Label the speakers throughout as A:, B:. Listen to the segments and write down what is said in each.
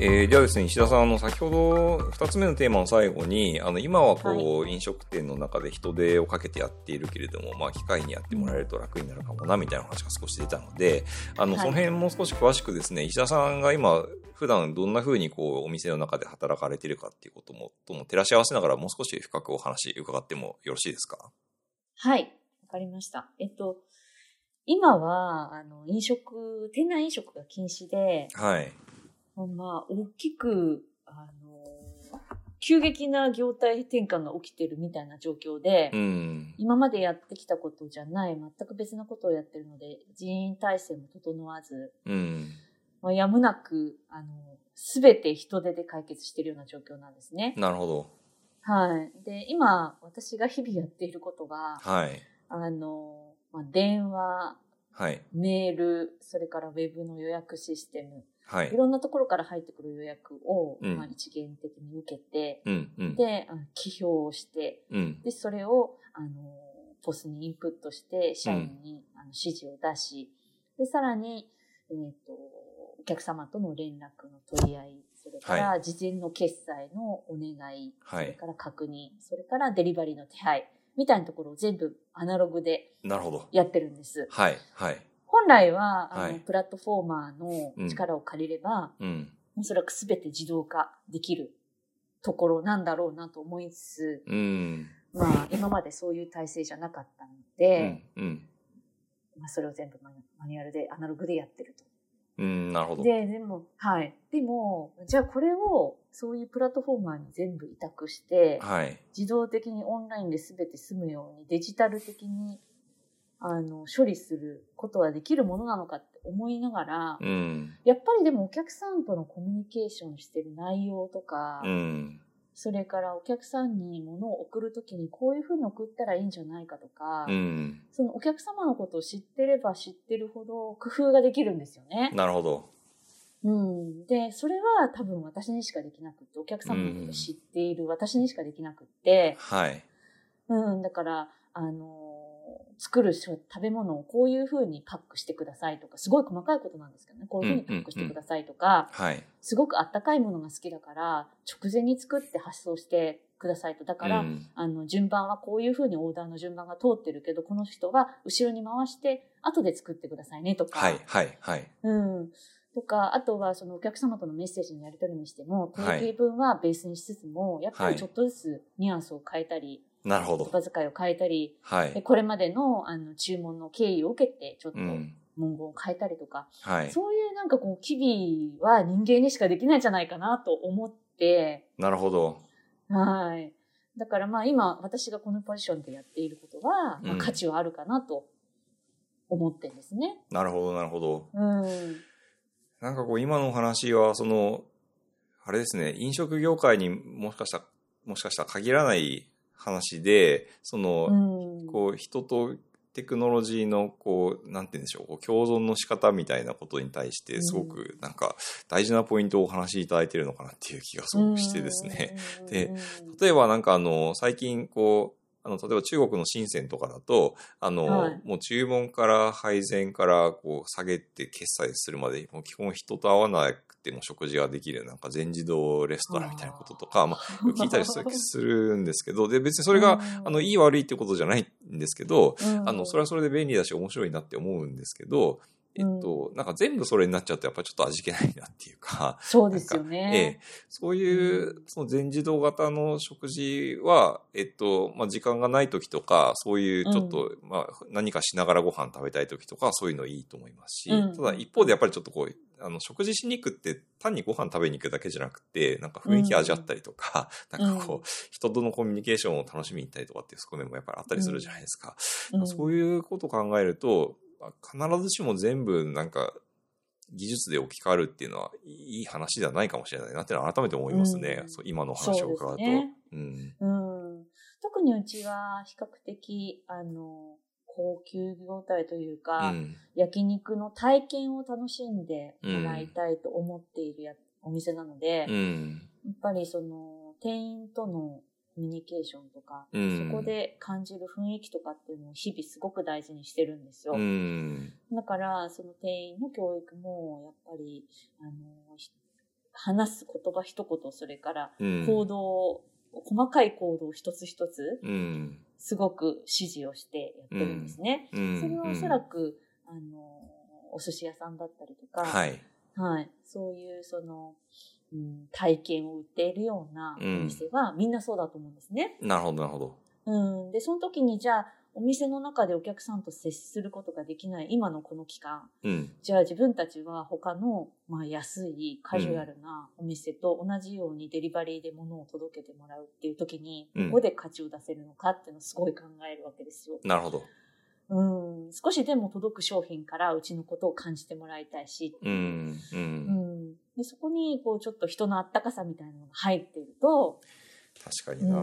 A: えー、じゃあですね、石田さん、あの、先ほど、二つ目のテーマの最後に、あの、今はこう、飲食店の中で人手をかけてやっているけれども、まあ、機械にやってもらえると楽になるかもな、みたいな話が少し出たので、あの、
B: はい
A: その辺もう少し詳しくですね、石田さんが今、普段どんな風にこう、お店の中で働かれているかっていうことも、とも照らし合わせながら、もう少し深くお話伺ってもよろしいですか
B: はい。わかりました。えっと、今は、あの、飲食、店内飲食が禁止で、
A: はい。
B: まあ、大きく、あの、急激な業態転換が起きてるみたいな状況で、
A: うん。
B: 今までやってきたことじゃない、全く別なことをやってるので、人員体制も整わず、
A: うん。
B: まあ、やむなく、あの、すべて人手で解決してるような状況なんですね。
A: なるほど。
B: はい。で、今、私が日々やっていることが、
A: はい。
B: あの、まあ、電話、
A: はい。
B: メール、それからウェブの予約システム、
A: はいい。
B: ろんなところから入ってくる予約を、
A: うん
B: まあ、一元的に受けて、
A: うん。うん。
B: で、あの起票をして、
A: うん。
B: で、それを、あの、ポスにインプットして、社員に、あの指示を出し、で、さらに、えっ、と、お客様との連絡の取り合い、それから事前の決済のお願い、
A: はい
B: それから確認、それからデリバリーの手配、みたいなところを全部アナログで
A: なるほど。
B: やってるんです。
A: はい。はい。
B: 本来は、あの、
A: はい
B: プラットフォーマーの力を借りれば、
A: うん。
B: おそらく全て自動化できるところなんだろうなと思いつつ、
A: うん。
B: まあ、今までそういう体制じゃなかったので、
A: うん。
B: まあ、それを全部マニマニュアルで、アナログでやってる
A: うん、なるほ
B: と。
A: ど。
B: で、でも、はい。でも、じゃあこれを、そういうプラットフォーマーに全部委託して、
A: はい。
B: 自動的にオンラインで全て済むように、デジタル的に、あの、処理することができるものなのかって思いながら、
A: うん。
B: やっぱりでもお客さんとのコミュニケーションしてる内容とか、
A: うん。
B: それからお客さんに物を送るときにこういうふうに送ったらいいんじゃないかとか、
A: うん。
B: そのお客様のことを知ってれば知ってるほど工夫ができるんですよね。
A: なるほど。
B: うん。で、それは多分私にしかできなくって、お客様のことを知っている私にしかできなくって、
A: はい。
B: うん、だから、あのー作る食べ物をこういうふうにパックしてくださいとか、すごい細かいことなんですけどね、こういうふうにパックしてくださいとか、
A: はい。
B: すごくあったかいものが好きだから、直前に作って発送してくださいと。だから、
A: うん、
B: あの、順番はこういうふうにオーダーの順番が通ってるけど、この人は後ろに回して、後で作ってくださいねとか、
A: はい、はい、はい。
B: うん。とか、あとはそのお客様とのメッセージのやり取りにしても、この
A: はい
B: 例文はベースにしつつも、やっぱ
A: はい
B: りちょっとずつニュアンスを変えたり、
A: なるほ
B: 言
A: ど。
B: 葉遣いを変えたり、
A: は
B: で
A: い。
B: これまでのあの注文の経緯を受けて、ちょっと
A: うん。
B: 文言を変えたりとか、
A: はい。
B: そういうなんかこう、機微は人間にしかできないんじゃないかなと思って、
A: なるほど。
B: はい。だからまあ今、私がこのポジションでやっていることは、
A: う
B: まあ、
A: ん
B: 価値はあるかなと思ってんですね。
A: なるほど、なるほど。
B: うん。
A: なんかこう、今のお話は、その、あれですね、飲食業界にもしかしたら、もしかしたら限らない話で、その、
B: うん。
A: こう人とテクノロジーのこうなんて言うんでしょうこう共存の仕方みたいなことに対してすごくなんか大事なポイントをお話しいただいてるのかなっていう気がすごくしてですね。
B: うん。
A: で
B: うん、
A: 例えばなんかあの最近こうあの例えば中国の深センとかだとあの、
B: はい
A: もう注文から配膳からこう下げて決済するまでもう基本人と会わなくても食事ができるなんか全自動レストランみたいなこととかま あ、聞いたりするするんですけどで別にそれが、あの、いい悪いってことじゃないんですけど、あの、それ
B: は、
A: はそれで便利だし面白いなって思うんですけど、えっと、なんか全部それになっちゃうとやっぱりちょっと味気ないなっていうか、
B: そうですよ
A: ええ
B: ね。、
A: そういう
B: う、
A: その全自動型の食事は、えっと、まあ、時間がない時とか、そういうちょっと、まあ、何かしながらご飯食べたい時とか、そういうのいいと思いますし、
B: うん
A: ただ一方でやっぱりちょっとこう、あの、食事しに行くって単にご飯食べに行くだけじゃなくて、なんか雰囲気味わったりとか、
B: うん
A: なんかこう、人とのコミュニケーションを楽しみに行ったりとかっていう側面もやっぱりあったりするじゃないですか。そう
B: い
A: いうことを考えると、まあ必ずしも全部なんか技術で置き換わるっていうのはいい話ではないかもしれないなっていうのは改めて思いますね。
B: うん
A: そう今のお話を伺うと。
B: そうですね
A: うん、
B: うん。うん。特にうちは比較的、あの、高級業態という
A: う
B: か、
A: ん。
B: 焼肉の体験を楽しんでもらいたいと思っているや、お店なので、
A: う
B: や
A: ん。
B: っぱりその店員とのコミュニケーションとか、
A: うん
B: そこで感じる雰囲気とかっていうのを日々すごく大事にしてるんですよ。
A: うん。
B: だから、その店員の教育も、やっぱり、あの、ひ話す言葉一言、それから
A: うん。
B: 行動、細かい行動一つ一つ、
A: うん。
B: すごく指示をしてやってるんですね。
A: うん。
B: それはおそら
A: く、
B: く、あの、お寿司屋さんだったりとか、
A: はい。
B: はい。そういう、その、うん、体験を売っているようなお
A: うん
B: 店は、みんなそうだと思うんですね。
A: なるほど、なるほど。
B: うん。で、その時に、じゃあ、お店の中でお客さんと接することができない今のこの期間、
A: うん。
B: じゃあ自分たちは他の、まあ、安いカジュアルなお店と同じようにデリバリーで物を届けてもらうっていう時に、
A: うん
B: どこで価値を出せるのかっていうのをすごい考えるわけですよ。
A: なるほど。
B: うん。少しでも届く商品からうちのことを感じてもらいたいし、
A: うん。う。
B: うんん。で、そこに、こう、ちょっと人のあったかさみたいなのが入っていると、
A: 確かにな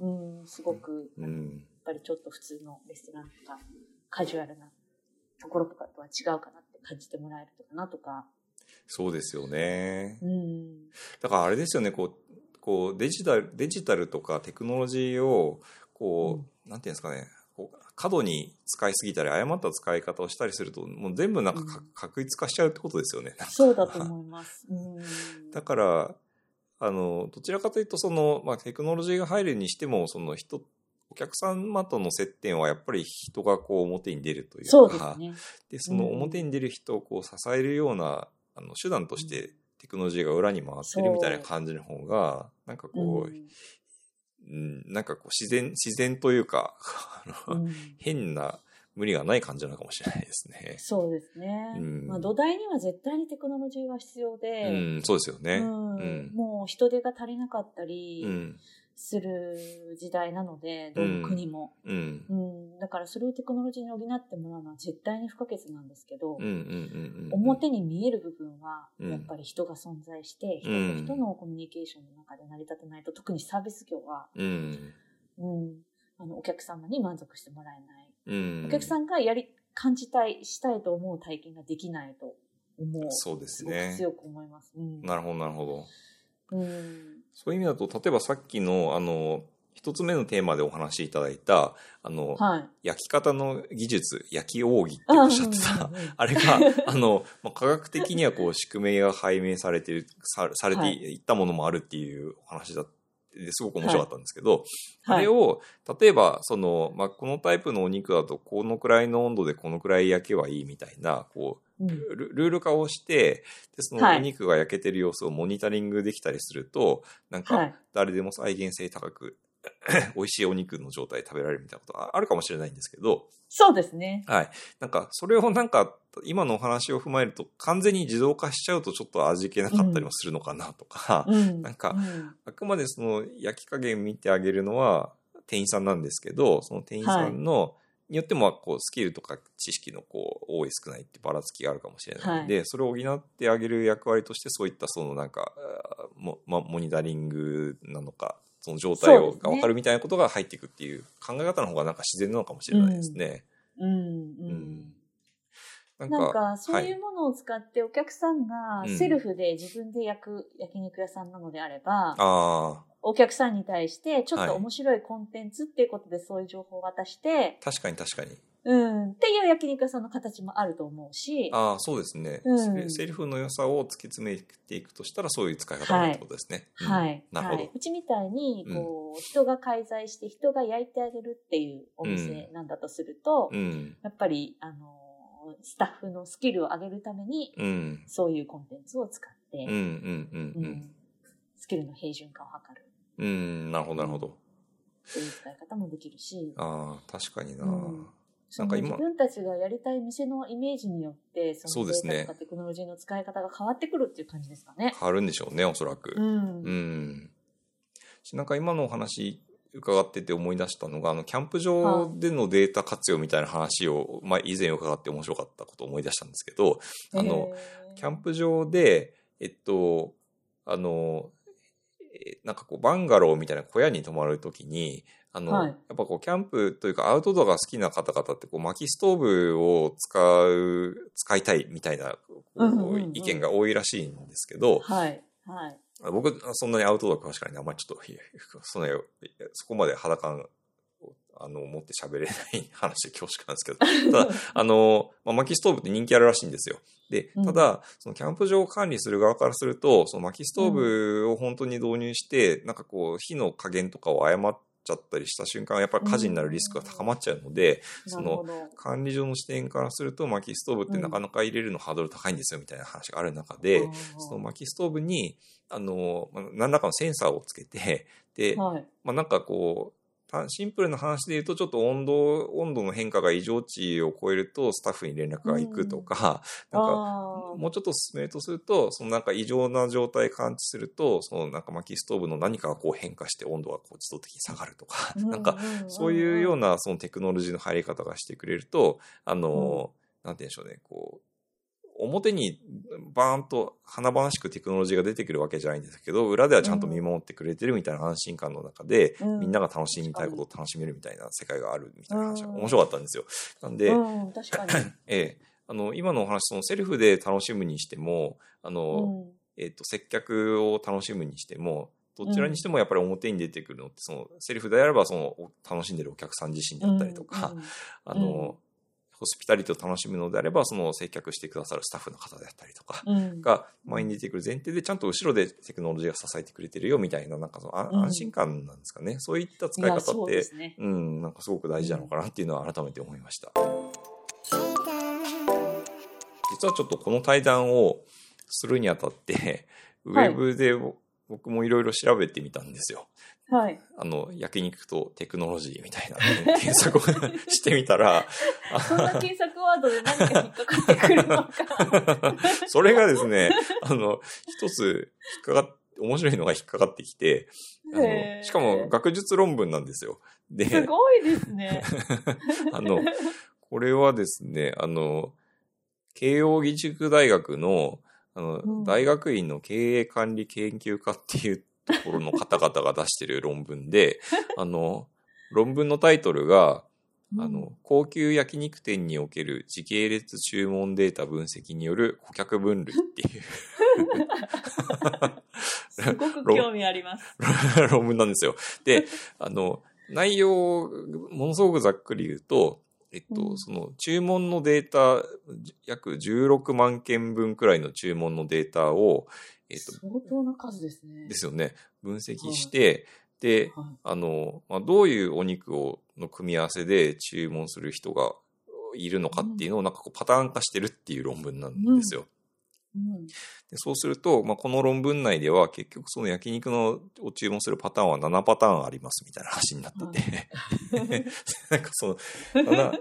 B: うん、すごく、
A: う
B: やっ
A: ん。
B: ぱりちょっと普通のレストランとか、カジュアルなところとかとは違うかなって感じてもらえるとかなとか、
A: そうですよね
B: う。ん。
A: だからあれですよね、こう、こうデジタル、デジタルとかテクノロジーを、こう、なんていうんですかね、こう過度に使いすぎたり、誤った使い方をしたりすると、もう全部なんかか
B: うん
A: 確一化しちゃうってことですよね。
B: そうだと思います。うん。
A: だから、あの、どちらかというと、その、まあ、テクノロジーが入るにしても、その人、お客様との接点はやっぱり人がこう表に出るというか、
B: そうですね。
A: でその
B: うん
A: 表に出る人をこう支えるような、あの手段としてテクノロジーが裏に回ってるみたいな感じの方が、なんかこう、うん、なんかこう自然、自然というか、 あ
B: う
A: の
B: んうん
A: 変な無理がない感じなのかもしれないですね。
B: そうですね。
A: うん
B: まあ、土台には絶対にテクノロジーは必要
A: う
B: で、
A: ん、そうですよね。
B: うん
A: うん
B: もう人手が足りなかった
A: う
B: り
A: ん、
B: する時代なので、どの国も。
A: うん、
B: うん、だからそれをテクノロジーに補ってもらうのは絶対に不可欠なんですけど、
A: うん、うん、うん。うん
B: 表に見える部分は
A: うん
B: やっぱり人が存在して、
A: うん
B: 人と人のコミュニケーションの中で成り立たないと特にサービス業は、
A: うん、
B: うん、あのお客様に満足してもらえない、
A: うん。
B: お客さ
A: ん
B: んがやり感じたいしたいと思う体験ができないと思う
A: そうです
B: ごく
A: ね。
B: 強く思います。うん
A: なるほど、なるほど。
B: うん
A: そういう意味だと、例えばさっきの、あの、一つ目のテーマでお話しいただいた、あの、
B: はい、
A: 焼き方の技術、焼き扇っておっしゃってた、
B: うんうんうんうん
A: あれが、 あの、まあ、科学的にはこう、宿命が解明されてる、さされて
B: はい
A: いったものもあるっていうお話だですごく面白かったんですけど、あ
B: は
A: れ
B: い
A: を、例えば、その、まあ、このタイプのお肉だと、このくらいの温度でこのくらい焼けばいいみたいな、こ
B: う
A: う、
B: ん
A: ルルール化をして、で、その
B: は
A: お
B: い
A: 肉が焼けてる様子をモニタリングできたりすると、なんか、
B: はい
A: 誰でも再現性高く、 美味しいお肉の状態で食べられるみたいなことああるかもしれないんですけど、
B: そうですね。
A: はい。なんか、それをなんか、今のお話を踏まえると、完全に自動化しちゃうとちょっと味気なかったりもするのかなとか、
B: うん、
A: なんか
B: うん
A: あくまでその焼き加減見てあげるのは店員さんなんですけど、その店員さんの、によってもこうスキルとか知識のこう多い少ないってばらつきがあるかもしれないので、それを補ってあげる役割としてそういったそのなんかあーも、ま、モニタリングなのかその状態
B: そう
A: を
B: ですね
A: が分かるみたいなことが入っていくっていう考え方の方がなんか自然なのかもしれないですね。
B: うんう
A: うんんなん
B: なんか、そう
A: はい
B: いうものを使ってお客さんが
A: うん
B: セルフで自分で焼く焼肉屋さんなのであれば、
A: あ
B: お客さんに対してちょっ
A: はい
B: と面白いコンテンツっていうことでそういう情報を渡して、
A: ー確かに確かに。
B: うん、っていう焼肉屋さんの形もあると思うし、
A: ああ、そうですね、
B: うん
A: セルセルフの良さを突き詰めていくとしたら、そういう使い方になるってことですね。うん
B: はい。
A: なるほど
B: はい、うちみたいに、こう、人が介在して人が焼いてあげるっていうお店なんだとすると、
A: うん。
B: やっぱり、あの、スタッフのスキルを上げるために、
A: うん。
B: そういうコンテンツを使って、
A: うん。うん。うん。
B: う
A: うん
B: んスキルの平準化を図る。
A: うんなるほど、なるほど。
B: っていう使い方もできるし、
A: ああ、確かにな。
B: うん
A: なんか今
B: その自分たちがやりたい店のイメージによって、そ
A: そう
B: の
A: で
B: デ
A: す
B: ー
A: ね
B: タとかテクノロジーの使い方が変わってくるっていう感じですかね。
A: 変わるんでしょうね、おそら
B: う
A: く。
B: ん。
A: うん。なんか今のお話伺ってて思い出したのが、あの、キャンプ場でのデータ活用みたいな話を、まあ、以前伺って面白かったことを思い出したんですけど、あの
B: へー、
A: キャンプ場で、えっと、あの、えなんかこう、バンガローみたいな小屋に泊まるときに、あの、
B: はい
A: やっぱこう、キャンプというか、アウトドアが好きな方々って、こう、薪ストーブを使う、使いたいみたいな、こう
B: うんうんうん
A: 意見が多いらしいんですけど、
B: はい。はい。
A: 僕、そんなにアウトドア詳しくないんで、あんまりちょっと、いやそんな、そこまで裸の、あの、持って喋れない話で恐縮なんですけど、た だ、あの、まあ、薪ストーブって人気あるらしいんですよ。で、ただ、そのキャンプ場を管理する側からすると、その薪ストーブを本当に導入して、なんかこう、火の加減とかを誤っちゃったりした瞬間、やっぱり火事になるリスクが高まっちゃうので、そ
B: なるほ
A: の、
B: ど
A: 管理上の視点からすると、薪ストーブってなかなか入れるのハードル高いんですよ、みたいな話がある中で、
B: あー
A: その薪ストーブに、あの、まあ何らかのセンサーをつけて、で、
B: はい。
A: まあ、なんかこう、たシンプルな話で言うと、ちょっと温度、温度の変化が異常値を超えると、スタッフに連絡が行くとか、 なんか、
B: あ
A: もうちょっと進めるとすると、そのなんか異常な状態感知すると、そのなんか薪ストーブの何かがこう変化して温度がこう自動的に下がるとか、
B: あ。
A: なんか、そういうようなそのテクノロジーの入り方がしてくれると、あの、なんて言うんでしょうね、こう、表にバーンと華々しくテクノロジーが出てくるわけじゃないんですけど、裏ではちゃんと見守ってくれてるみたいな安心感の中で、
B: うん
A: みんなが楽しみたいことを楽しめるみたいな世界があるみたいな話が
B: うん
A: 面白かったんですよ。なんで、
B: うん、確かに。
A: ええ、あの、今のお話、そのセルフで楽しむにしても、あの、
B: うん
A: えっ、と、接客を楽しむにしても、どちらにしてもやっぱり表に出てくるのって、その、セルフであれば、その、お楽しんでるお客さん自身であったりとか、
B: うん
A: あの、ホスピタリティを楽しむのであれば、その接客してくださるスタッフの方であったりとか、
B: うん
A: が前に出てくる前提で、ちゃんと後ろでテクノロジーが支えてくれてるよみたいな、なんかその、あ
B: うん
A: 安心感なんですかね。そういった使い
B: いや
A: 方
B: そ
A: っ
B: うで
A: て、
B: すね。
A: うん、なんかすごく大事なのかなっていうのは改めて思いました。実はちょっとこの対談をするにあたって、ウ
B: はい
A: ェブでぼ僕もいろいろ調べてみたんですよ。
B: はい。
A: あの、焼肉とテクノロジーみたいな 検索をしてみたら、
B: そんな検索ワードで何か引っかかってくるのか。
A: それがですね、あの、一つ引っかかっ面白いのが引っかかってきて、あ
B: へ
A: の
B: ー
A: しかも学術論文なんですよ。
B: す
A: で、
B: ごいですね。
A: あ の、これはですね、あの、慶応義塾大学の、あの、
B: うん
A: 大学院の経営管理研究科っていうところの方々が出してる論文 で、あの、論文のタイトルが、あの、高級焼肉店における時系列注文データ分析による顧客分類っていう
B: すごく興味あります。
A: 論文なんですよ。で、あの、内容を、ものすごくざっくり言うと、えっと、
B: うん
A: その注文のデータ、じ約16万件分くらいの注文のデータを、えっと、
B: 相当な数ですね。
A: ですよね、分析して、で、
B: はい
A: あの、まあ、どういうお肉を、の組み合わせで注文する人がいるのかっていうのを、なんかこうパターン化してるっていう論文なんですよ。
B: うん
A: でそうすると、まあ、この論文内では結局その焼肉のを注文するパターンは7パターンありますみたいな話になってて、 なんかその 7,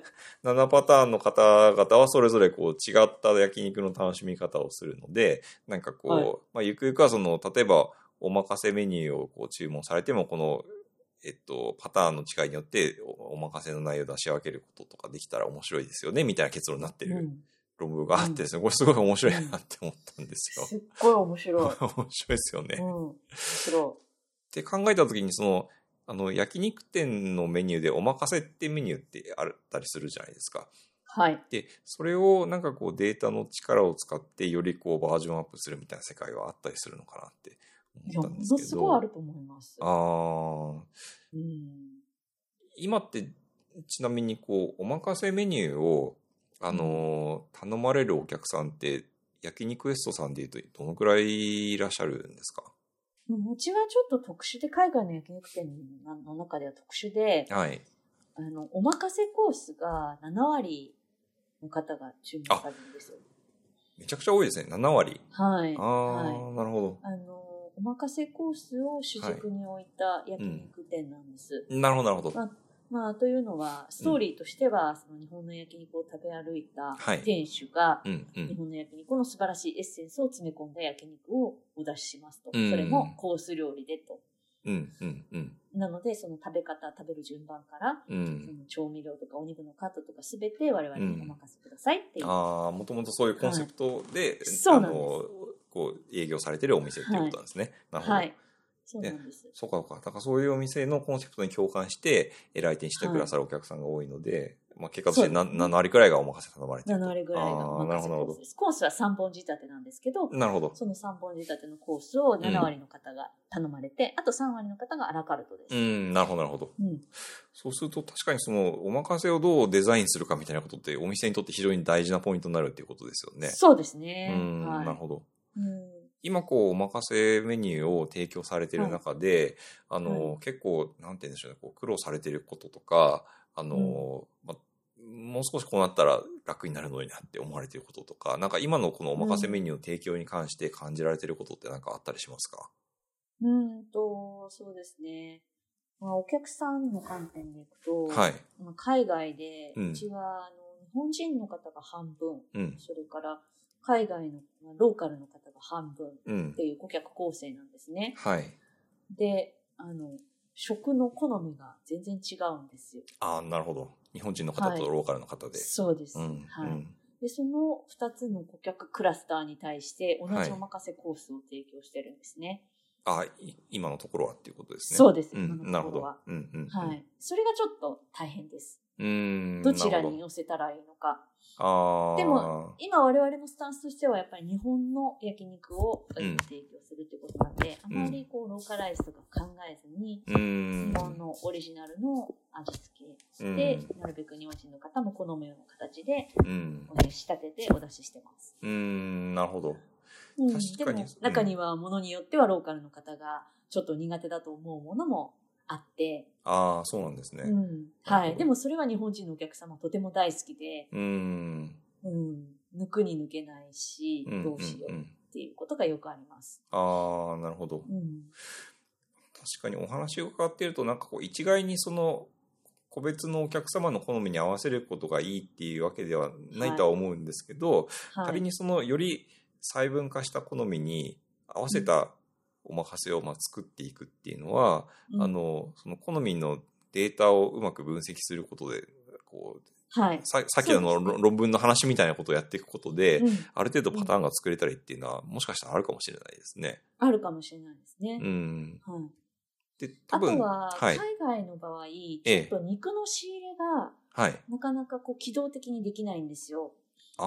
A: 7パターンの方々はそれぞれこう違った焼肉の楽しみ方をするので、なんかこう、
B: はい
A: まあ、ゆくゆくはその、例えばお任せメニューをこう注文されても、このえっと、パターンの違いによっておお任せの内容を出し分けることとかできたら面白いですよね、みたいな結論になって
B: う
A: る
B: ん
A: 論文があってですね、これすごい面白いなって思ったんですよ。
B: すっごい面白い。
A: 面白いですよね。
B: うん。
A: っ
B: 面白
A: て考えた時にそのあの焼肉店のメニューでお任せってメニューってあったりするじゃないですか。
B: い。はい。
A: でそれをなんかこうデータの力を使ってよりこうバージョンアップするみたいな世界はあったりするのかなって
B: い
A: 思
B: や、
A: った
B: も
A: んです
B: の
A: け
B: す
A: ど。
B: ごいあると思います。
A: あー
B: うん。
A: 今ってちなみにこうお任せメニューをあのー頼まれるお客さんって焼肉エストさんでいうとどのくらいいらっしゃるんですか
B: うちはちょっと特殊で、海外の焼肉店の中では特殊で、
A: はい。
B: あの、お任せコースが7割の方が注文されるんですよ。
A: めちゃくちゃ多いですね。7割。
B: はい。
A: あ
B: は
A: あ、なるほ
B: い。あの、お任せコースを主軸に置いた焼肉店なんです。
A: ど。なるほど、なるほど。
B: まあ、というのは、ストーリーとしては、その日本の焼肉を食べ歩いた
A: はい
B: 店主が、
A: うん、う
B: 日
A: ん。
B: 本の焼肉の素晴らしいエッセンスを詰め込んだ焼肉をお出ししますと。
A: うん
B: それもコース料理でと。
A: うん、うん、うん。
B: なので、その食べ方、食べる順番から、
A: う
B: そ
A: ん。
B: の調味料とかお肉のカットとかすべて我々にお任せくださいっていう。
A: ああ、もともとそういうコンセプトで、
B: いそう
A: あ
B: なんです
A: の、こう、営業されてるお店っていうことなんですね。なるほど。
B: はい。そうなんです。
A: そうかそうか。だからそういうお店のコンセプトに共感して、え来店してくださるお客さんが多いので、まあ結果としてな
B: そう
A: 7割くらいがお任せ頼まれて
B: 7
A: ると
B: 割ぐらいが
A: あーなるほ
B: 任
A: ど、
B: せ
A: なる
B: コ
A: ほ
B: ースです。コースは3本仕立てなんですけど
A: ど。、なるほど。
B: その3本仕立てのコースを7割の方が頼まれて、あと3割の方がアラカルトで
A: う
B: す。
A: ん、なるほど、なるほど。
B: うん。
A: そうすると確かにそのお任せをどうデザインするかみたいなことってお店にとって非常に大事なポイントになるっていうことですよね。
B: そうです
A: う
B: ね。
A: ん、
B: はい
A: なるほど。
B: うん
A: 今こうお任せメニューを提供されてる中で、あの、
B: は
A: 結構なんて言うんでしょうねこう苦労されてることとかあの、まもう少しこうなったら楽になるのになって思われてることとかなんか今のこのお任せメニューの提供に関して感じられてることってなんかあったりしますか、
B: うーんと、そうですね。まあ、お客さんの観点でいくと、
A: はい、
B: まあ、海外で、
A: うん
B: うちはあの日本人の方が半分、
A: うん
B: それから海外の、まあローカルの方が半分っ
A: うん、
B: ていう顧客構成なんですね。
A: はい
B: で、あの、食の好みが全然違うんですよ。
A: ああなるほど日本人の方とローカルの方で、
B: そうです。
A: うん
B: はい。
A: うん
B: で、その2つの顧客クラスターに対して同
A: はい
B: じお任せコースを提供してるんですね。
A: あい今のところはっていうことですね
B: そうです、
A: う
B: 今
A: ん、な
B: の
A: るほ
B: ところ
A: ど
B: は。、
A: うんうんうん、
B: はい。それがちょっと大変です。
A: うん
B: どちら
A: なるほ
B: に寄せたらいいのか。
A: どああ
B: でも今我々のスタンスとしてはやっぱり日本の焼肉をえ
A: うん
B: ー提供するということなんで、
A: うん
B: あまりこうローカライズとか考えずに、
A: うん
B: 日本のオリジナルの味付け
A: うん
B: で、なるべく日本人の方も好むような形で、
A: うん
B: お、仕立ててお出ししてます。
A: うーんなるほど。
B: うん、
A: 確
B: で
A: か
B: も
A: にうん
B: 中にはものによってはローカルの方がちょっと苦手だと思うものもあって、
A: ああ、そうなんですね
B: う。ん
A: な
B: は
A: るほ
B: い、
A: ど
B: でもそれは日本人のお客様とても大好きで、
A: うーん。
B: うん、抜くに抜けないし、
A: うん
B: どうしよ
A: ん
B: うっ
A: ん
B: ていうことがよくあります。
A: ああ、なるほど。
B: うん、
A: 確かにお話を伺っていると、なんかこう、一概にその、個別のお客様の好みに合わせることがいいっていうわけではないとは思うんですけど、
B: はい
A: 仮にその、より細分化した好みに合わせたお任せをまあ作っていくっていうのは、あ、の、その好みのデータをうまく分析することで、こう、
B: うんはい、
A: ささっきのあの
B: そうですね
A: 論文の話みたいなことをやっていくことで、
B: うん
A: ある程度パターンが作れたりっていうのは、もしかしたらあるかもしれないですね。
B: あるかもしれないですね。
A: うん。
B: はい、
A: で、多
B: あと
A: 分、
B: は、
A: はい
B: 海。外の場合、ち
A: え
B: ょ
A: え
B: っと肉の仕入れが
A: はい。
B: なかなかこう機動的にできないんですよ。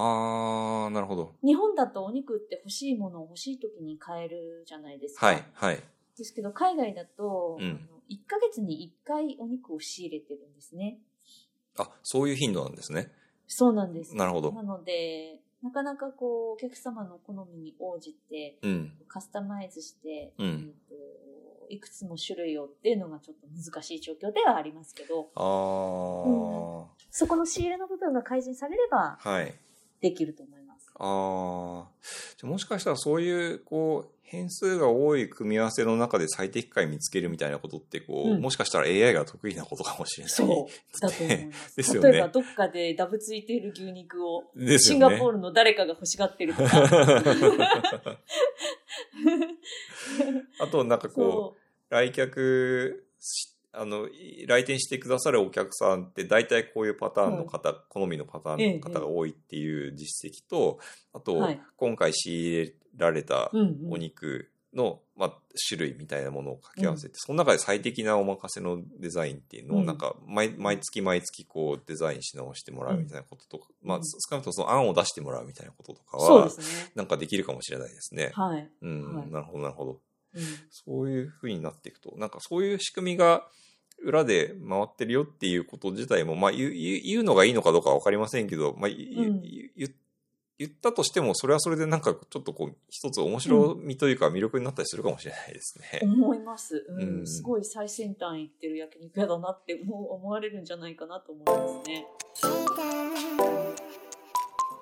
A: あー、なるほど。
B: 日本だとお肉って欲しいものを欲しい時に買えるじゃないですか。
A: はい、はい。
B: ですけど、海外だと、
A: うん
B: あの1ヶ月に1回お肉を仕入れてるんですね。
A: あ、そういう頻度なんですね。
B: そうなんです。
A: なるほど
B: な。ので、なかなかこう、お客様の好みに応じて、
A: うん。
B: カスタマイズして、
A: うん
B: えーといくつも種類をっていうのがちょっと難しい状況ではありますけど、
A: あー、
B: そこの仕入れの部分が改善されれば
A: はい。
B: できると思います。
A: あー。じゃあもしかしたらそういう、こう、変数が多い組み合わせの中で最適解見つけるみたいなことって、こう、
B: うん
A: もしかしたら AI が得意なことかもしれない。
B: そう。だと思います。
A: ですよ ね
B: 例えば、どっかでダブついている牛肉を、
A: です
B: シ
A: よ
B: ン
A: ね。
B: ガポールの誰かが欲しがってる とか。
A: あと、なんかこう、
B: そう。
A: 来客しあのい来店してくださるお客さんって大体こういうパターンの方、好みのパターンの方が多いっていう実績と、あと、
B: はい
A: 今回仕入れられた
B: うんうん
A: お肉の、まあ、種類みたいなものを掛け合わせて、その中で最適なお任せのデザインっていうのを
B: うん
A: なんか毎,、毎月毎月こうデザインし直してもらうみたいなこととか、まあ
B: うん
A: 少なくともその案を出してもらうみたいなこととか
B: そうで
A: は
B: すね。
A: なんかできるかもしれないですね。
B: はい。
A: うん、
B: はい
A: なるほどなるほど。
B: うん
A: そういうふうになっていくと、なんかそういう仕組みが裏で回ってるよっていうこと自体も、まあ言う言う言うのがいいのかどうかわかりませんけど、まあ言
B: うん
A: 言言言ったとしても、それはそれでなんかちょっとこう、一つ面白みというか魅力になったりするかもしれないですね。
B: 思います、うん
A: うん
B: すごい最先端行ってる焼肉屋だなってもう思われるんじゃないかなと思いますね。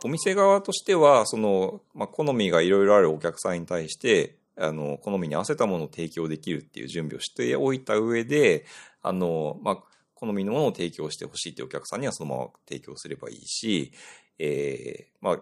A: お店側としては、その、まあ好みがいろいろあるお客さんに対して、あの、好みに合わせたものを提供できるっていう準備をしておいた上で、あの、まあ、好みのものを提供してほしいっていうお客さんにはそのまま提供すればいいし、えーまあ、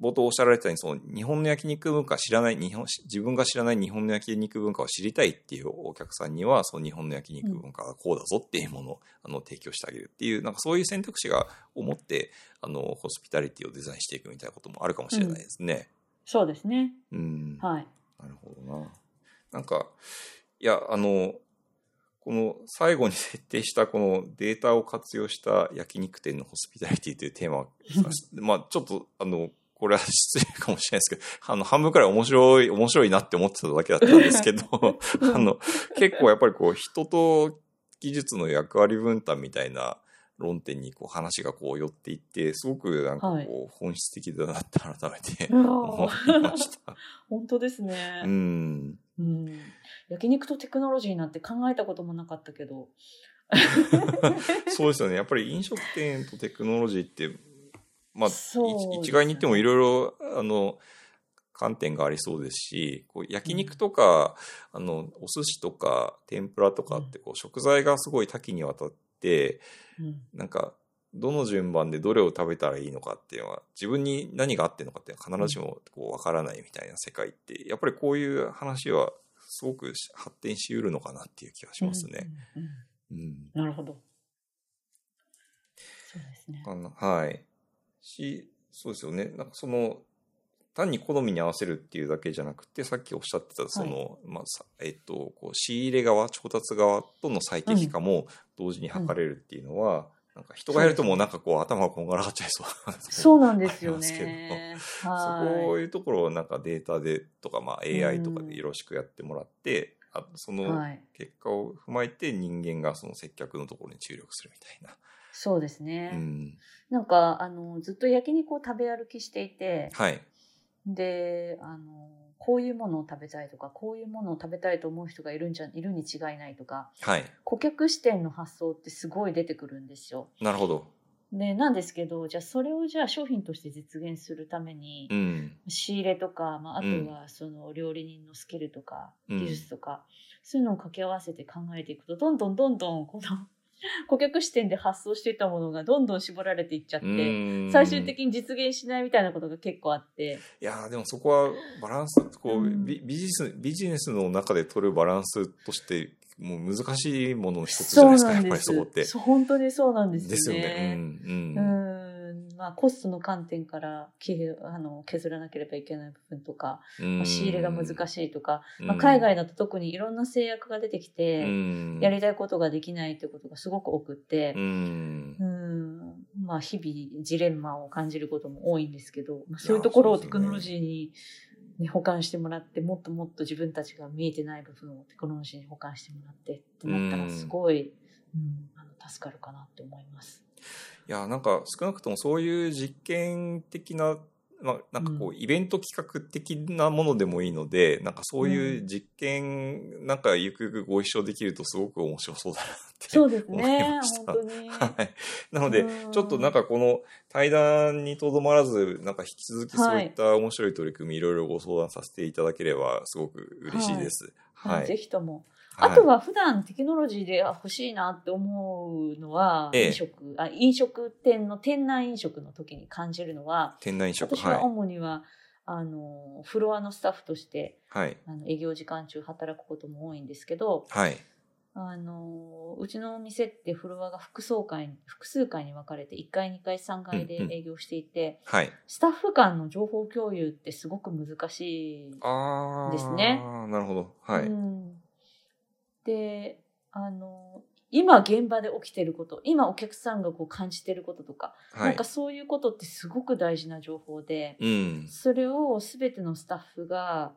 A: 冒頭おっしゃられてたように、その日本の焼肉文化知らない、日本、自分が知らない日本の焼肉文化を知りたいっていうお客さんには、その日本の焼肉文化がこうだぞっていうものを、あの、提供してあげるっていう、なんかそういう選択肢が思って、あの、ホスピタリティをデザインしていくみたいなこともあるかもしれないですね。
B: そうですね。
A: うん。
B: はい。
A: なるほどな。なんか、いや、あの、この最後に設定したこのデータを活用した焼肉店のホスピタリティというテーマ、 まあちょっとあの、これは失礼かもしれないですけど、あの、半分くらい面白い、面白いなって思ってただけだったんですけど、あの、結構やっぱりこう、人と技術の役割分担みたいな論点にこう話がこう寄っていって、すごくなんかこう、本質的だなって改め て思いました。
B: 本当ですね。
A: うん。
B: うん、焼肉とテクノロジーなんて考えたこともなかったけど
A: そうですよねやっぱり飲食店とテクノロジーってまあ、ね、一概に言ってもいろいろあの観点がありそうですしこう焼肉とか、うん、あのお寿司とか天ぷらとかってこう、うん、食材がすごい多岐にわたって、うん、なんかどの順番でどれを食べたらいいのかっていうのは自分に何が合ってるのかって必ずしもこう分からないみたいな世界ってやっぱりこういう話はすごく発展しうるのかなっていう気がしますね。
B: うん、うんうん、なるほど。そうですね。
A: はい。しそうですよね。なんかその単に好みに合わせるっていうだけじゃなくてさっきおっしゃってたその、はい、まあえっと、こう仕入れ側調達側との最適化も同時に測れるっていうのは、うんなんか人がやるともうなんかこう頭がこんがらがっちゃいそう
B: なそうなんですよね。
A: そういうところをなんかデータでとか、まあ、AI とかでよろしくやってもらって、うん、あその結果を踏まえて人間がその接客のところに注力するみたいな。
B: そうですね。うん、なんかあのずっと焼肉を食べ歩きしていて、
A: はい、
B: であのこういうものを食べたいとかこういうものを食べたいと思う人がいるんじゃいるに違いないとか、
A: はい、
B: 顧客視点の発想ってすごい出てくるんですよ。
A: なるほど
B: でなんですけどじゃあそれをじゃあ商品として実現するために、
A: うん、
B: 仕入れとか、まあ、あとはその料理人のスキルとか、うん、技術とかそういうのを掛け合わせて考えていくとどんどんどんどんこの 顧客視点で発想していたものがどんどん絞られていっちゃって最終的に実現しないみたいなことが結構あって
A: いやでもそこはバランスこう、うん、ビジネスビジネスの中で取るバランスとしてもう難しいものの一つじゃないですかやっぱりそこって
B: 本当にそうなんですよね。ですよ
A: ね。うんうん
B: まあ、コストの観点からあの削らなければいけない部分とか、まあ、仕入れが難しいとか、まあ、海外だと特にいろんな制約が出てきてやりたいことができないということがすごく多くてうんまあ、日々ジレンマを感じることも多いんですけど、まあ、そういうところをテクノロジーに、ね、保管してもらってもっともっと自分たちが見えてない部分をテクノロジーに保管してもらってってなったらすごい、うん、あの助かるかなって思います。
A: いやなんか少なくともそういう実験的な、まあ、なんかこうイベント企画的なものでもいいので、うん、なんかそういう実験なんかゆくゆくご一緒できるとすごく面白そうだなって思いました。
B: そうですね、
A: はい、なのでちょっとなんかこの対談にとどまらずなんか引き続きそういった面白い取り組み、い、ろいろご相談させていただければすごく嬉しいです。
B: はい、はいはい、ぜひともあとは普段テクノロジーで欲しいなって思うのは、飲食、ええ、あ飲食店の店内飲食の時に感じるのは、
A: 店内飲食
B: 私は主には、はい、あの、フロアのスタッフとして、
A: はい、
B: あの営業時間中働くことも多いんですけど、
A: はい、
B: あの、うちの店ってフロアが複数回、複数回に分かれて、1階、2階、3階で営業していて、
A: うんうんはい、
B: スタッフ間の情報共有ってすごく難しいですね。
A: あなるほど。はい。
B: うんであの今現場で起きてること今お客さんがこう感じてることとか、はい、なんかそういうことってすごく大事な情報で、
A: うん、
B: それを全てのスタッフが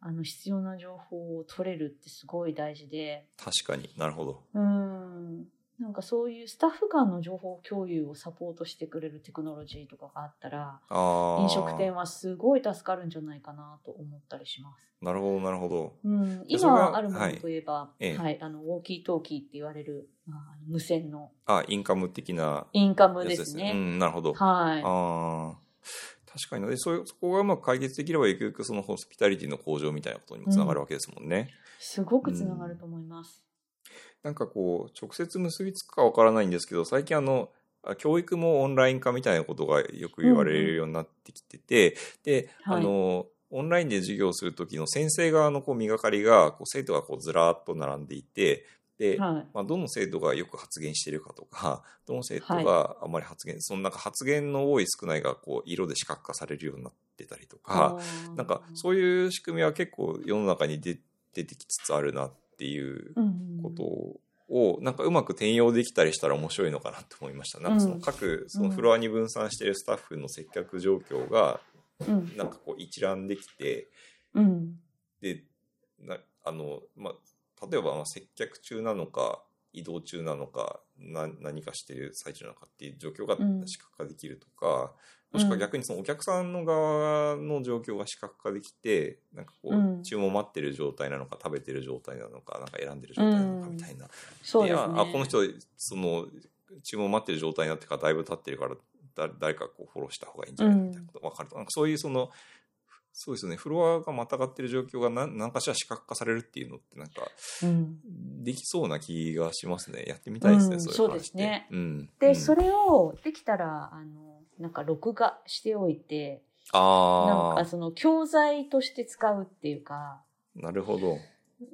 B: あの必要な情報を取れるってすごい大事で
A: 確かになるほど
B: うんなんかそういうスタッフ間の情報共有をサポートしてくれるテクノロジーとかがあったら飲食店はすごい助かるんじゃないかなと思ったりします。
A: なるほどなるほど。
B: うん、今あるものといえば、はい、はい、あのウォーキートーキーって言われる、まあ、無線の
A: あインカム的な、
B: ね、インカムですね。
A: うん、なるほど。
B: はい。
A: あ確かにでそういうそこがうまく解決できればゆくゆくそのホスピタリティの向上みたいなことにもつながるわけですもんね。うん、
B: すごくつながると思います。うん
A: なんかこう、直接結びつくかわからないんですけど、最近あの、教育もオンライン化みたいなことがよく言われるようになってきてて、うん、で、はい、あの、オンラインで授業するときの先生側のこう磨かりが、こう生徒がこうずらっと並んでいて、で、はい、まあ、どの生徒がよく発言してるかとか、 どの生徒があんまり発言、はい、そのなんか発言の多い少ないがこう色で視覚化されるようになってたりとか、なんかそういう仕組みは結構世の中に出てきつつあるなってっていう
B: うん
A: ことを、なんかうまく転用できたりしたら面白いのかなと思いました。なんかその各、そのフロアに分散しているスタッフの接客状況が、
B: うん
A: なんかこう一覧できて、
B: うん
A: で、なあの、まあ、例えばまあ接客中なのか、移動中なのか、な何かしてる最中なのかっていう状況が
B: うん
A: 視覚化できるとか、もしくは
B: うん
A: 逆にそのお客さんの側の状況が視覚化できて、なんかこ
B: うん
A: う、注文待ってる状態なのか、食べてる状態なのか、なんか選んでる状態なのかみたいな、
B: そう
A: い
B: です
A: や
B: ね。
A: あこの人その注文待ってる状態になってからだいぶ経ってるからだ誰かこうフォローした方がいいんじゃないかみたいなことが分かると、なんかそういうそのそうですよねフロアがまたがってる状況が何何かしら視覚化されるっていうのってなんか
B: うん、
A: できそうな気がしますねやってみたいですね、
B: うん
A: そういう話
B: そうですね
A: うん、
B: で、
A: うん
B: それをできたらあのなんか録画しておいてなん
A: あ
B: か
A: あ
B: その教材として使うっていうか。
A: なるほど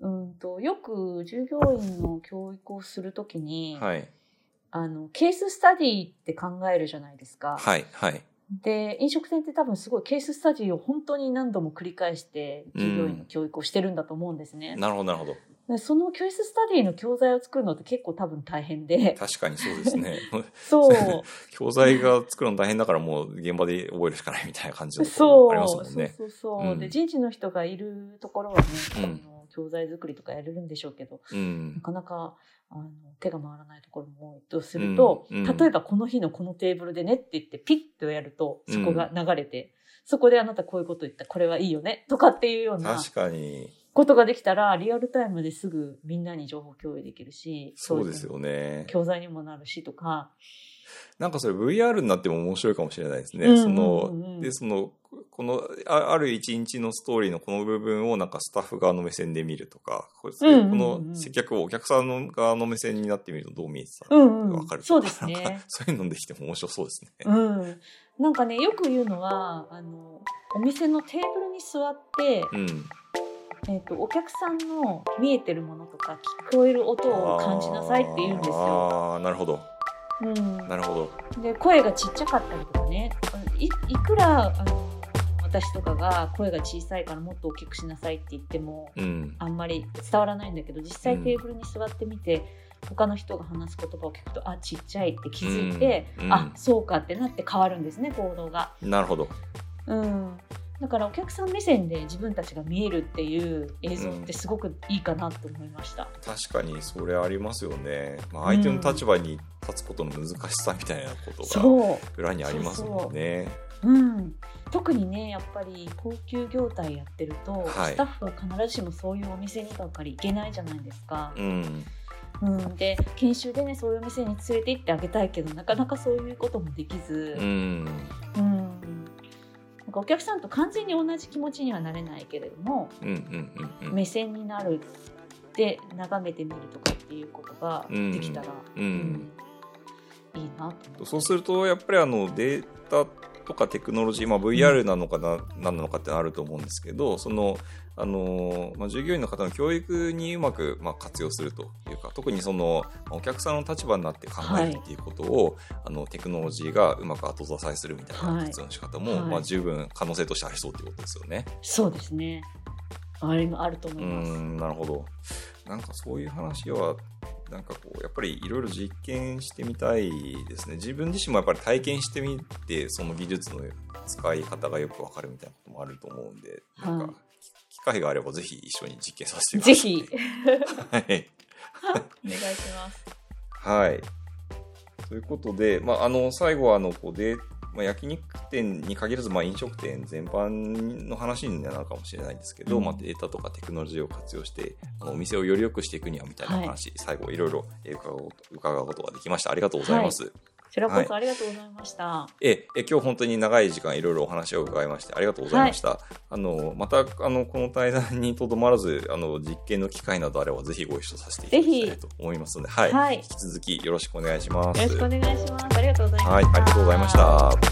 B: うんとよく従業員の教育をするときに、
A: はい
B: あのケーススタディって考えるじゃないですか。
A: はいはい
B: で飲食店って多分すごいケーススタディを本当に何度も繰り返して従業員の教育をしてるんだと思うんですね。
A: なるほどなるほど
B: でそのケーススタディの教材を作るのって結構多分大変 で
A: 確かにそうですね
B: そう
A: 教材が作るの大変だからもう現場で覚えるしかないみたいな感じのとこ
B: そ
A: ろ
B: う
A: ありますもんね
B: そうそうそう、
A: うん
B: で人事の人がいるところはね、
A: うん
B: あの教材作りとかやれるんでしょうけど
A: うん
B: なかなかあの手が回らないところも多いとすると、
A: うんうん
B: 例えばこの日のこのテーブルでねって言ってピッとやるとそこが流れて、そこであなたこういうこと言ったこれはいいよねとかっていうような
A: 確かに
B: ことができたらリアルタイムですぐみんなに情報共有できるし
A: そうですよね
B: 教材にもなるしとか。
A: なんかそれ VR になっても面白いかもしれないですね、
B: うん
A: そ
B: うんうんうん
A: のでそのこのあある一日のストーリーのこの部分をなんかスタッフ側の目線で見るとかこれ
B: うんうんうん
A: この接客をお客さんの側の目線になってみるとどう見えてた
B: う
A: のかが
B: んう
A: 分
B: ん
A: かると
B: そうで
A: か,、
B: す
A: なん
B: ね
A: か。そういうのできても面白そうですね。
B: うん、なんかねよく言うのはあのお店のテーブルに座って、
A: うん、
B: えー、とお客さんの見えてるものとか聞こえる音を感じなさいって言うんですよ。
A: あーなるほどなるほど。
B: うん、で声がちっちゃかったりとかねいいくらあの私とかが声が小さいからもっと大きくしなさいって言っても
A: うん、
B: あんまり伝わらないんだけど実際
A: うん
B: テーブルに座ってみて、他の人が話す言葉を聞くとあちっちゃいって気づいて、
A: うんうん
B: あそうかってなって変わるんですね行動が。
A: なるほど。
B: うん、だからお客さん目線で自分たちが見えるっていう映像ってすごくいいかなと思いました。
A: 確かにそれありますよね。まあ、相手の立場に立つことの難しさみたいなことが
B: そ
A: 裏にありますもんね。
B: う、うん、特にねやっぱり高級業態やってると、
A: はい
B: スタッフは必ずしもそういうお店にばっかり行けないじゃないですか。
A: うん
B: うん、で研修でねそういうお店に連れて行ってあげたいけどなかなかそういうこともできず、
A: うん
B: うんなんかお客さんと完全に同じ気持ちにはなれないけれども、
A: うんうんうん
B: 目線になるで眺めてみるとかっていうことができたら、
A: うんうん
B: うんいいな
A: うん、そうするとやっぱりあのデータとかテクノロジー、まあ、VR なのかな、何なのかってのあると思うんですけどその、あのーまあ、従業員の方の教育にうまく、まあ、活用するというか特にそのまあお客さんの立場になって考えるっていうことを、あのテクノロジーがうまく後支えするみたい
B: は
A: ない活用の仕方も、
B: はい
A: まあ、十分可能性としてありそうということですよね。
B: そうですねあれもあると思
A: う
B: います
A: んなるほどなんかそういう話はなんかこうやっぱりいろいろ実験してみたいですね自分自身もやっぱり体験してみてその技術の使い方がよくわかるみたいなこともあると思うんでなんか、
B: はい
A: 機会があればぜひ一緒に実験させてく
B: ぜ
A: ださい
B: ひ
A: はい
B: お願いし ます
A: はい。ということで、まあ、あの最後はあのこうで、まあ、焼肉店に限らず、まあ、飲食店全般の話になるかもしれないんですけど、
B: うん
A: まあ、データとかテクノロジーを活用してあのお店をより良くしていくにはみたいな話、最後いろいろえー伺おう伺うことができましたありがとうございます、
B: こちらこそありがとうございました、
A: ええ今日本当に長い時間いろいろお話を伺いましてありがとうございました、あのまたあのこの対談にとどまらずあの実験の機会などあればぜひご一緒させていただきたいと思いますので、はい
B: はい
A: 引き続きよろしくお願いしま
B: よろしくお願いしますありがとうございました
A: はい、ありがとうございました。